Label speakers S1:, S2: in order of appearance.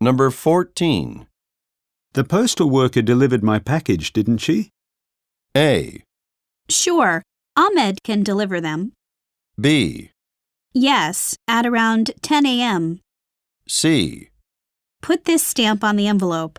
S1: Number 14.
S2: The postal worker delivered my package, didn't she?
S1: A.
S3: Sure, Ahmed can deliver them.
S1: B.
S3: Yes, at around 10 a.m.
S1: C.
S3: Put this stamp on the envelope.